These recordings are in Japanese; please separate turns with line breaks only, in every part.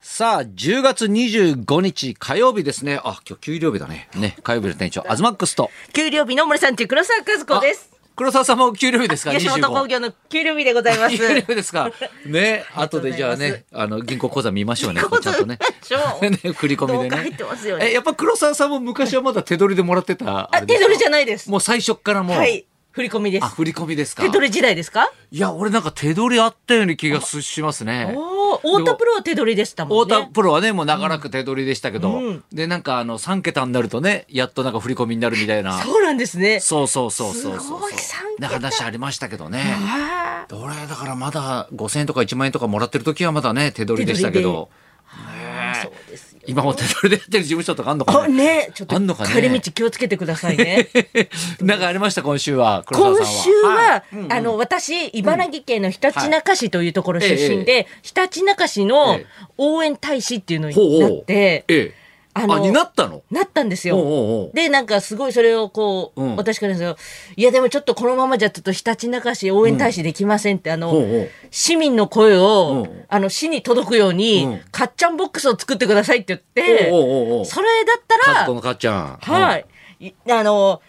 さあ、10月25日火曜日ですね。あ、今日給料日だね。ね、火曜日の店長、アズマックスと。
給料日の森さんち黒沢和子です。
黒沢さんも給料日ですか
吉本興
?25。
業の給料日でござい ます。
給料日ですかね、後でじゃあ
ありがと
ね、あの、銀行口座見ましょうね。
銀行口
ち
座
ゃんとね。
しょ う
ね、振り込みで
どうか
ね
入ってますよ。ね
え、やっぱ黒沢さんも昔はまだ手取りでもらってた。
あ、手取りじゃないです。
もう最初っからもう。
はい、振り込みで
あ、
す。
振り込みですか
手取り時代ですか？
いや、俺なんか手取りあったような気がすしますね。
おお、太田プロは手取りでしたも
太
んね。
田プロはねもう長らく手取りでしたけど、
うん
でなんかあの3桁になるとねやっとなんか振り込みになるみたいな
そうなんですね。
そうそうそうそう
す
そう
ごい三桁
ね話ありましたけどね
あ
俺だからまだ5,000円とか1万円とかもらってる時はまだね手取りでしたけど
あ、そうですよ。
今も手取りでやってる事務所とかあんのか
あ
ね
ね、ちょっ
あん
と
のかね
帰り道気をつけてくださいね。
なんかありました今週は 黒沢さん
今
は
週は、
い
あの、私、茨城県のひたちなか市というところ出身
え
で、ひたちなか市の
ええ
応援大使っていうの
ほう
にな
ほう
って、
ええ
あ
あ
の
になったの
なったんですよ。
おうおうおう
で、なんかすごいそれをこう、
うん
私からですよ。いや、でもちょっとこのままじゃちょっとひたちなか市応援大使できませんって、あの、
ほうほう
市民の声を、
うん
あの、市に届くように、
うん
かっちゃんボックスを作ってくださいって言って、
おうおうおうおう
それだった
和
ら
子、のかっちゃん
はい、いあの、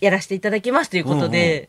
やらせていただきますということで、
うん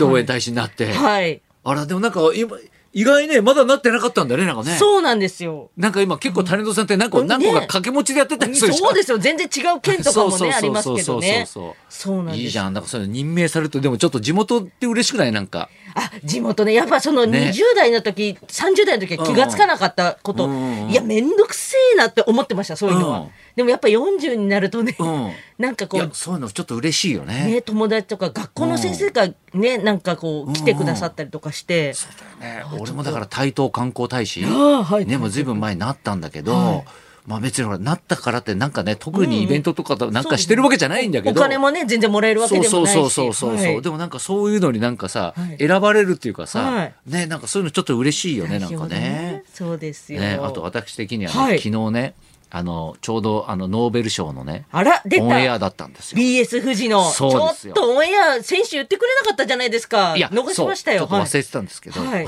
で応援大使になって、
はい、
あらでもなんか今意外ねまだなってなかったんだねなんかね
そうなんです よ。
なんか今結構タレントさんって何個、
うん
何個か
ね
掛け持ちでやってたりするじゃん
そうですよ。全然違う県とかも
そうそうそうそう
ね、ありますけどね。
そうそう
そうなんです。
いいじゃん。なんかそういうの任命されると、でもちょっと地元って嬉しくないなんか。
あ、地元ね。やっぱその
ね
20代の時、30代の時は気がつかなかったこと、
うんうんうん
いや、めんどくせえなって思ってました、そういうのは。
うん
でもやっぱ40になるとね、
うん。
なんか
い
こ
や
う、、
そういうのちょっと嬉しいよね。
ね、友達とか学校の先生がね、なんかこう、来てくださったりとかして、
そうだよね俺もだから台東観光大使、
ああはい
ね、もう随分前になったんだけど、
はい
まあ別にほらなったからってなんかね、特にイベントとかなん
そう
かしてるわけじゃないんだけ
お
ど。
金もね、全然もらえるわけでもないし。
そうそうそうそうそうそう、
はい
でもなんかそういうのになんかさ、
はい
選ばれるっていうかさ、
はい
ねなんかそういうのちょっと嬉しいよねなんかね。
そうですよ。
ねあと私的にはね、
はい
昨日ねあのちょうどあのノーベル賞のね
あら、出た。
オンエアだったんですよ。
BS 富士のち
そう
ょ
です
っ
よ
とオンエア選手言ってくれなかったじゃないですか
いや
逃しました
そ
よ
うちょっと忘れてたんですけど、
はい
ね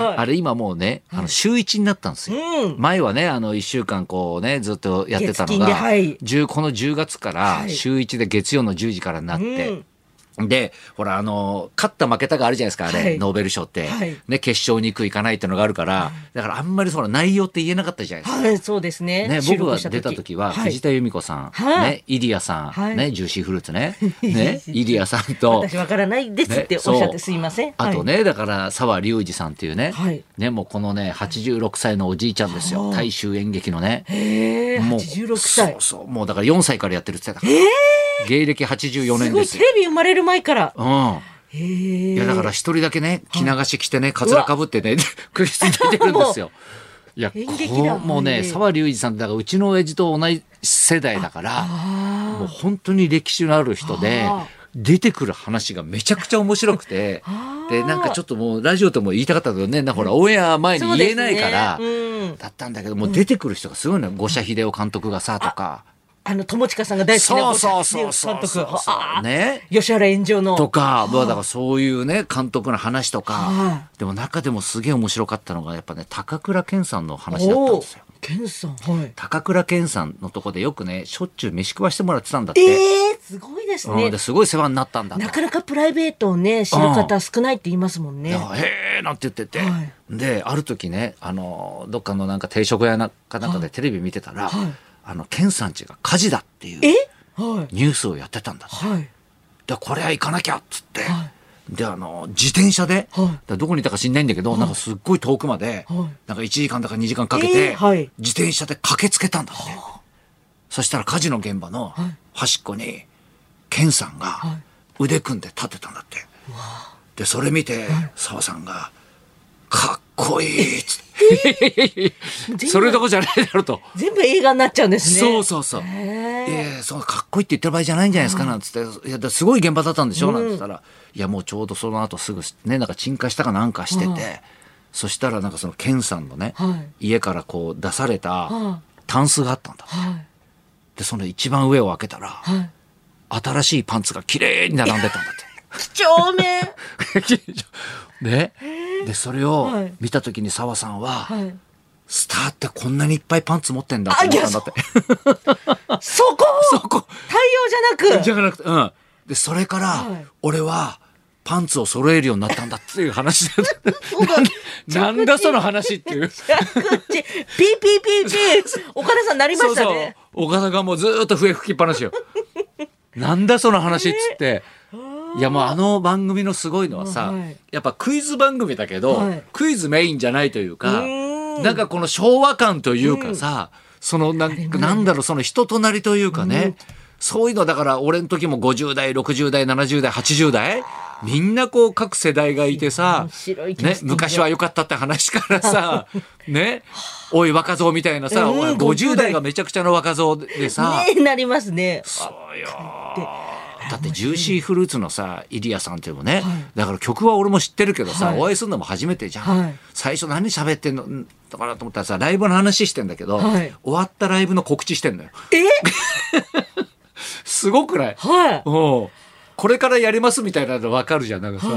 は い
あれ今もうねあの週一になったんですよ。
はい、うん
前はねあの1週間こうねずっとやってた
月
の
金で
が、
はい
10この10月から
はい
週1で月曜の10時からになって、
うん
でほらあの勝った負けたがあるじゃないですかあれ、
はい
ノーベル賞って、
はい
ね、決勝に行く行かないっていうのがあるから、だからあんまりその内容って言えなかったじゃないですか。
はいそうですね
ね、
収
僕
録
が
した
出た時は
はい
藤田由美子さん、
はい
ね、イリアさん、
はい
ね、ジューシーフルーツ ね、
い
ね、イリアさんと、
私わからないですって
ね
おっしゃっ
そう
てすいません、
あとね、だから沢隆二さんっていうね、
はい
ね、もうこのね、86歳のおじいちゃんですよ、
はい
大衆演劇のね。
はい、へえ
もう
86歳
そうそう、もうだから4歳からやってるって言ってたから。芸歴84年
すご
で
い
す
テ
よ。
レビ生まれる前から
うん。
へえ
いや、だから一人だけね、着流し着てね、かつらかぶってね、 クリスに出てるんですよ。いや、こ
演劇だ
うもう
は
ね、
い
沢隆二さんって、だからうちの親父と同じ世代だから、
あ
もう本当に歴史のある人で
あー、
出てくる話がめちゃくちゃ面白くて
あ、ー
で、なんかちょっともうラジオとも言いたかったけどね、なほら、オンエア前
あ
に言えないから、
そうですねうん、
だったんだけど、もう出てくる人がすごいのよ。五社秀夫監督がさ、とか。
あの友近さんが大好きな
そうそうそう
大
そう
監督あー
ね。
吉原炎上の
とか、まあだからそういうね、監督の話と
は
か、でも中でもすげえ面白かったのが、やっぱね、高倉健さんの話だったん
お
ですよ。
ケンさんはい
高倉健さんのとこでよくね、しょっちゅう飯食わしてもらってたんだって。
ええー、すごいです
うん
ね
ですごい世話になったんだと
なかなかプライベートをね知る方少ないって言いますも
い
んね
やへえなんて言ってて、
はい
である時ねあのどっかのなんか定食屋なんかなんかでテレビ見てたら、
はい
あの健さん家が火事だっていう
えはい
ニュースをやってたんだって
はい
でこれは行かなきゃっつって、
は
であの自転車で、
は
だ
い
からどこにいたか知んないんだけど、なんかすっごい遠くまで、
はい
なんか1時間だか2時間かけ
え
て、
ーはい
自転車で駆けつけたんだって、そしたら火事の現場の
はい
端っこに健さんが
はい
腕組んで立ってたんだって、でそれ見て澤、さんが「かっこいい」っつって それどころじゃないだろうと。
全部映画になっちゃうんですね
そうそうそう。
へえ
ええそのかっこいいって言ってる場合じゃないんじゃないですかなんつって、いやだすごい現場だったんでしょ、なんつったらいやもうちょうどその後すぐねなんか鎮火したかなんかしてて、そしたらなんかその健さんのね、
は
家からこう出された
はい
タンスがあったんだ、
はい
でその一番上を開けたら、
はい
新しいパンツが綺麗に並んでたんだ って。
貴重め
ね、でそれを
はい
見た時に澤さんは、
はい
スターってこんなにいっぱいパンツ持ってんだと思ったんだって。
そこ
そ
を
こ。
対応じゃ なく
じゃなくて、うん。で、それから、
はい
俺は、パンツを揃えるようになったんだっていう話だ った。なんなんだその話っていう。
着地 PPPP 岡田さんなりま
そう
した
そう
ね。
岡田がもうずーっと笛吹きっぱな しよ。なんだその話っつって。いやもうあの番組のすごいのはさ、
うんはい
やっぱクイズ番組だけど、
はい
クイズメインじゃないというか、
うーん
なんかこの昭和感というかさ、そのなんかなんだろうその人となりというかね、そういうのだから俺の時も50代60代70代80代みんなこう各世代がいてさ
面、白い気が
ね
し、てきた
昔は良かったって話から さねおい若造みたいなさ、
うん
おい50代がめちゃくちゃの若造でさ、
ねなりますね。
そうよーだってジューシーフルーツのさイリアさんっていうのもね、だから曲は俺も知ってるけどさ、
はい
お会いするのも初めてじゃん、
はい
最初何喋ってんのんだからと思ったらさライブの話してんだけど、
はい
終わったライブの告知してんのよ
え
すごくない
はい。
おうこれからやりますみたいなの分かるじゃんなんかさ、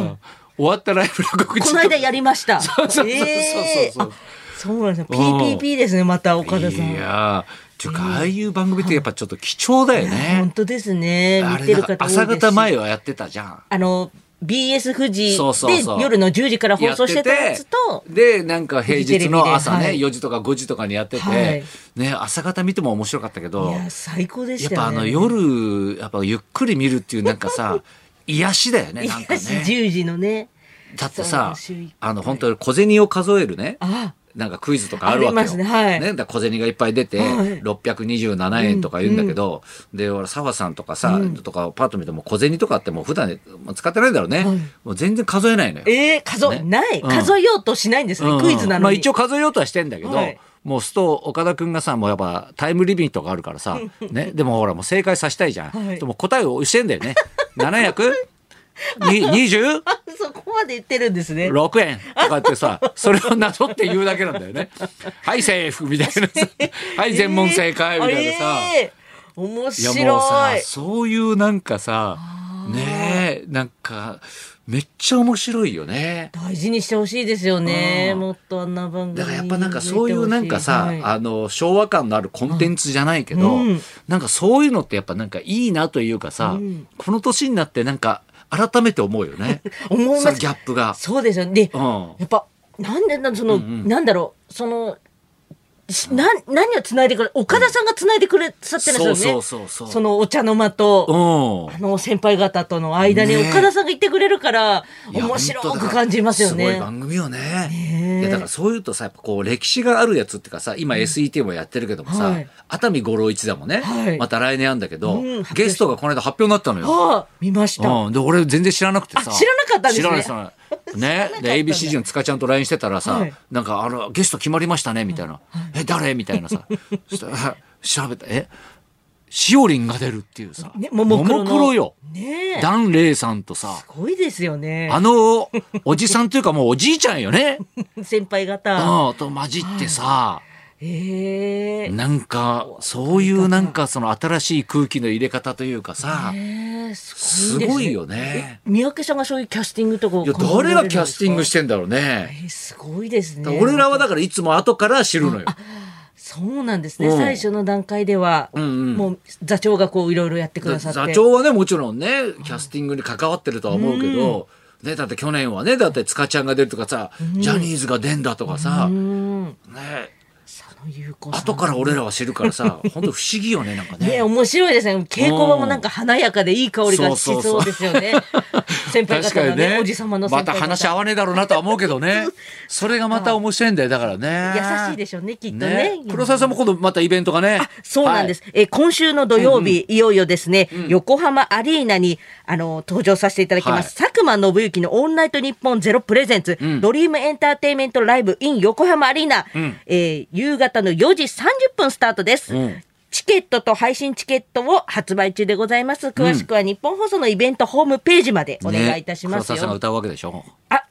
終わったライブの告知
ことの
か
間やりました。
そうそうそうそう
えーあそうなんですね。PPP ですね、また岡田さ
い
ん。
やーていうかああいう番組ってやっぱちょっと貴重だよ
本
ね。
当ですね。
あ
見
れ
てる
だから
方多いですし
朝方前はやってたじゃん。
あの、BS 富士
そうそうそう
で夜の10時から放送してたやつと、
でなんか平日の朝ね、
フジテレビでは
4
い
時とか5時とかにやってて、
はい
ね朝方見ても面白かったけ
い
ど、
や、最高で
や
し
った
よ
ぱあ
ね。
の夜やっぱゆっくり見るっていうなんか さ癒しだよね
い
なんか
やし
ね。
10時のね。
だって
そうな
さ
んですよ
あの本当に小銭を数えるね。
あ
なんかクイズとかあるわけ
あ
よ。
りますねはい
だから小銭がいっぱい出て、
はい
627円とか言うんだけど、で、ほら、澤さんとかさ、とかパッと見ても小銭とかってもう普段まあ使ってないんだろうね。
はい
もう全然数えないのよ。
えー、数え、
ね
ない。
うん
数えようとしないんですね。
うんうん
クイズなのに。
まあ一応数えようとはしてんだけど、
はい
もうすと岡田君がさもうやっぱタイムリミットがあるからさ、ね、でもほらもう正解させたいじゃん、
はい
でも答えを教えんだよね 700?26
あ そこまで言ってるんですね。
円とかってさそれをなぞって言うだけなんだよね「はいセーフ」みたいなさ「はい全問正解」みたいなさ、
えー面
い
白
や
い
もうさそういうなんかさねえなんかめっちゃ面白いよね。
大事にしてほしいですよね、
うん
もっとあんな番組
だからやっぱなんかそういうなんかさ、
はい
あの昭和感のあるコンテンツじゃないけど、
うん
なんかそういうのってやっぱなんかいいなというかさ、
うん
この年になってなんか改めて思うよね
思います
そのギャップが。
そうですよねで、
うん、
やっぱなんでなその、
うんうん
なんだろうそのしな何をつないでくれ岡田さんがつないでくれさってるんです
そ
よ
うそ
ね、
うそうそう。
そのお茶の間と、
う
あの先輩方との間に
ねえ
岡田さんがいてくれるから、
んいや
面白
本当だ
く
から
感じますよ
すご
ね
い番組よ
ね
ね
え。
いやだからそういうとさやっぱこう歴史があるやつっていうかさ今 SET もやってるけどもさ、
はい
熱海五郎一座もね、
はい
また来年あんだけど、
うん
ゲストがこの間発表になったのよ。
はあ見ました、
うん、で俺全然知らなくてさ
あ知らなかったんですね
知らない知らないね
知らなかったんだ
で ABCG の塚ちゃんと LINE してたらさ、
はい
なんかあの「ゲスト決まりましたね」みたいな「え誰?」みたいなさそしたら 調べた「えしおりんが出る」っていうさ
ねももクロの
ももクロよ
ねえす
ダンレイさんとさ
ごいですよね
あのおじさんというかもうおじいちゃんよ ね
先輩方
うんと混じってさ
ええ
なんかそういうなんかその新しい空気の入れ方というかさ
ええす
す
ごいですね
ごいよね。
三宅さんがそういうキャスティングとかを
いや誰がキャスティングしててんだろうね。
すごいですね
俺らはだからいつも後から知るのよ。
そうなんですね、
うん
最初の段階では、
んうん
もう座長がこういろいろやってく
だ
ださって
座長はねもちろんねキャスティングに関わってるとは思うけど、ね、だって去年はねだって塚ちゃんが出るとかさ、ジャニーズが出んだとかさ、
う
ね、
ん佐野優子さん
後から俺らは知るからさ本当不思議よねなんかね。
ね面白いですね稽古場もなんか華やかでいい香りがしそうですよね先輩
確
方
か
の
に
ね
ね
おじさまの
ま
先輩
た
方
話合わねえだろうなとは思うけど ねそれがまた面白いんだよだからね
優しいでしょうねきっとね
黒沢さんも今度またイベントがね、
そうなんですす。えー今週の土曜日、いよいよですね、横浜アリーナに、あの、登場させていただきます。佐久間信之のオンナイトニッポンゼロプレゼンツ、
ん
ドリームエンターテイメントライブ in 横浜アリーナ、
ん
えー夕方の4時30分スタートです。
うん
チケットと配信チケットを発売中でございます。詳しくは日本放送のイベントホームページまでお願いいたします
ね黒沢さんが
よ。
歌うわけでしょ
あ、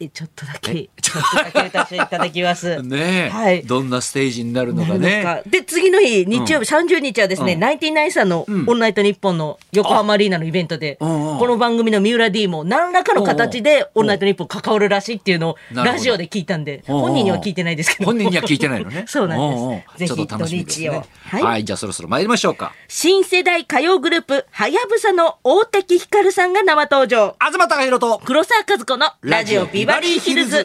えちょっとだけ、ちょっとだけ歌わせていただきます。
ねえ、
はい
どんなステージになるのか
なるの
ね。
かで、次の日、日曜日、30日はですね、
うん
ナインティナインさんのオンナイトニッポンの横浜アリーナのイベントで、
あうんうん
この番組の三浦 D も何らかの形で
うん
オンナイトニッポン関わるらしいっていうのを
なるほど
ラジオで聞いたんで、
うんうん
本人には聞いてないです けど。。
本人には聞いてないのね
そうなんです
おうおう
ぜひ
ちょっと楽しみですね
土日をは
はいい、じゃあそろそろ参りましょうか。
新世代歌謡グループ、はやぶさの大滝ひかるさんが生登場。
東隆弘と
黒沢和子のラジオビバリーヒルズ。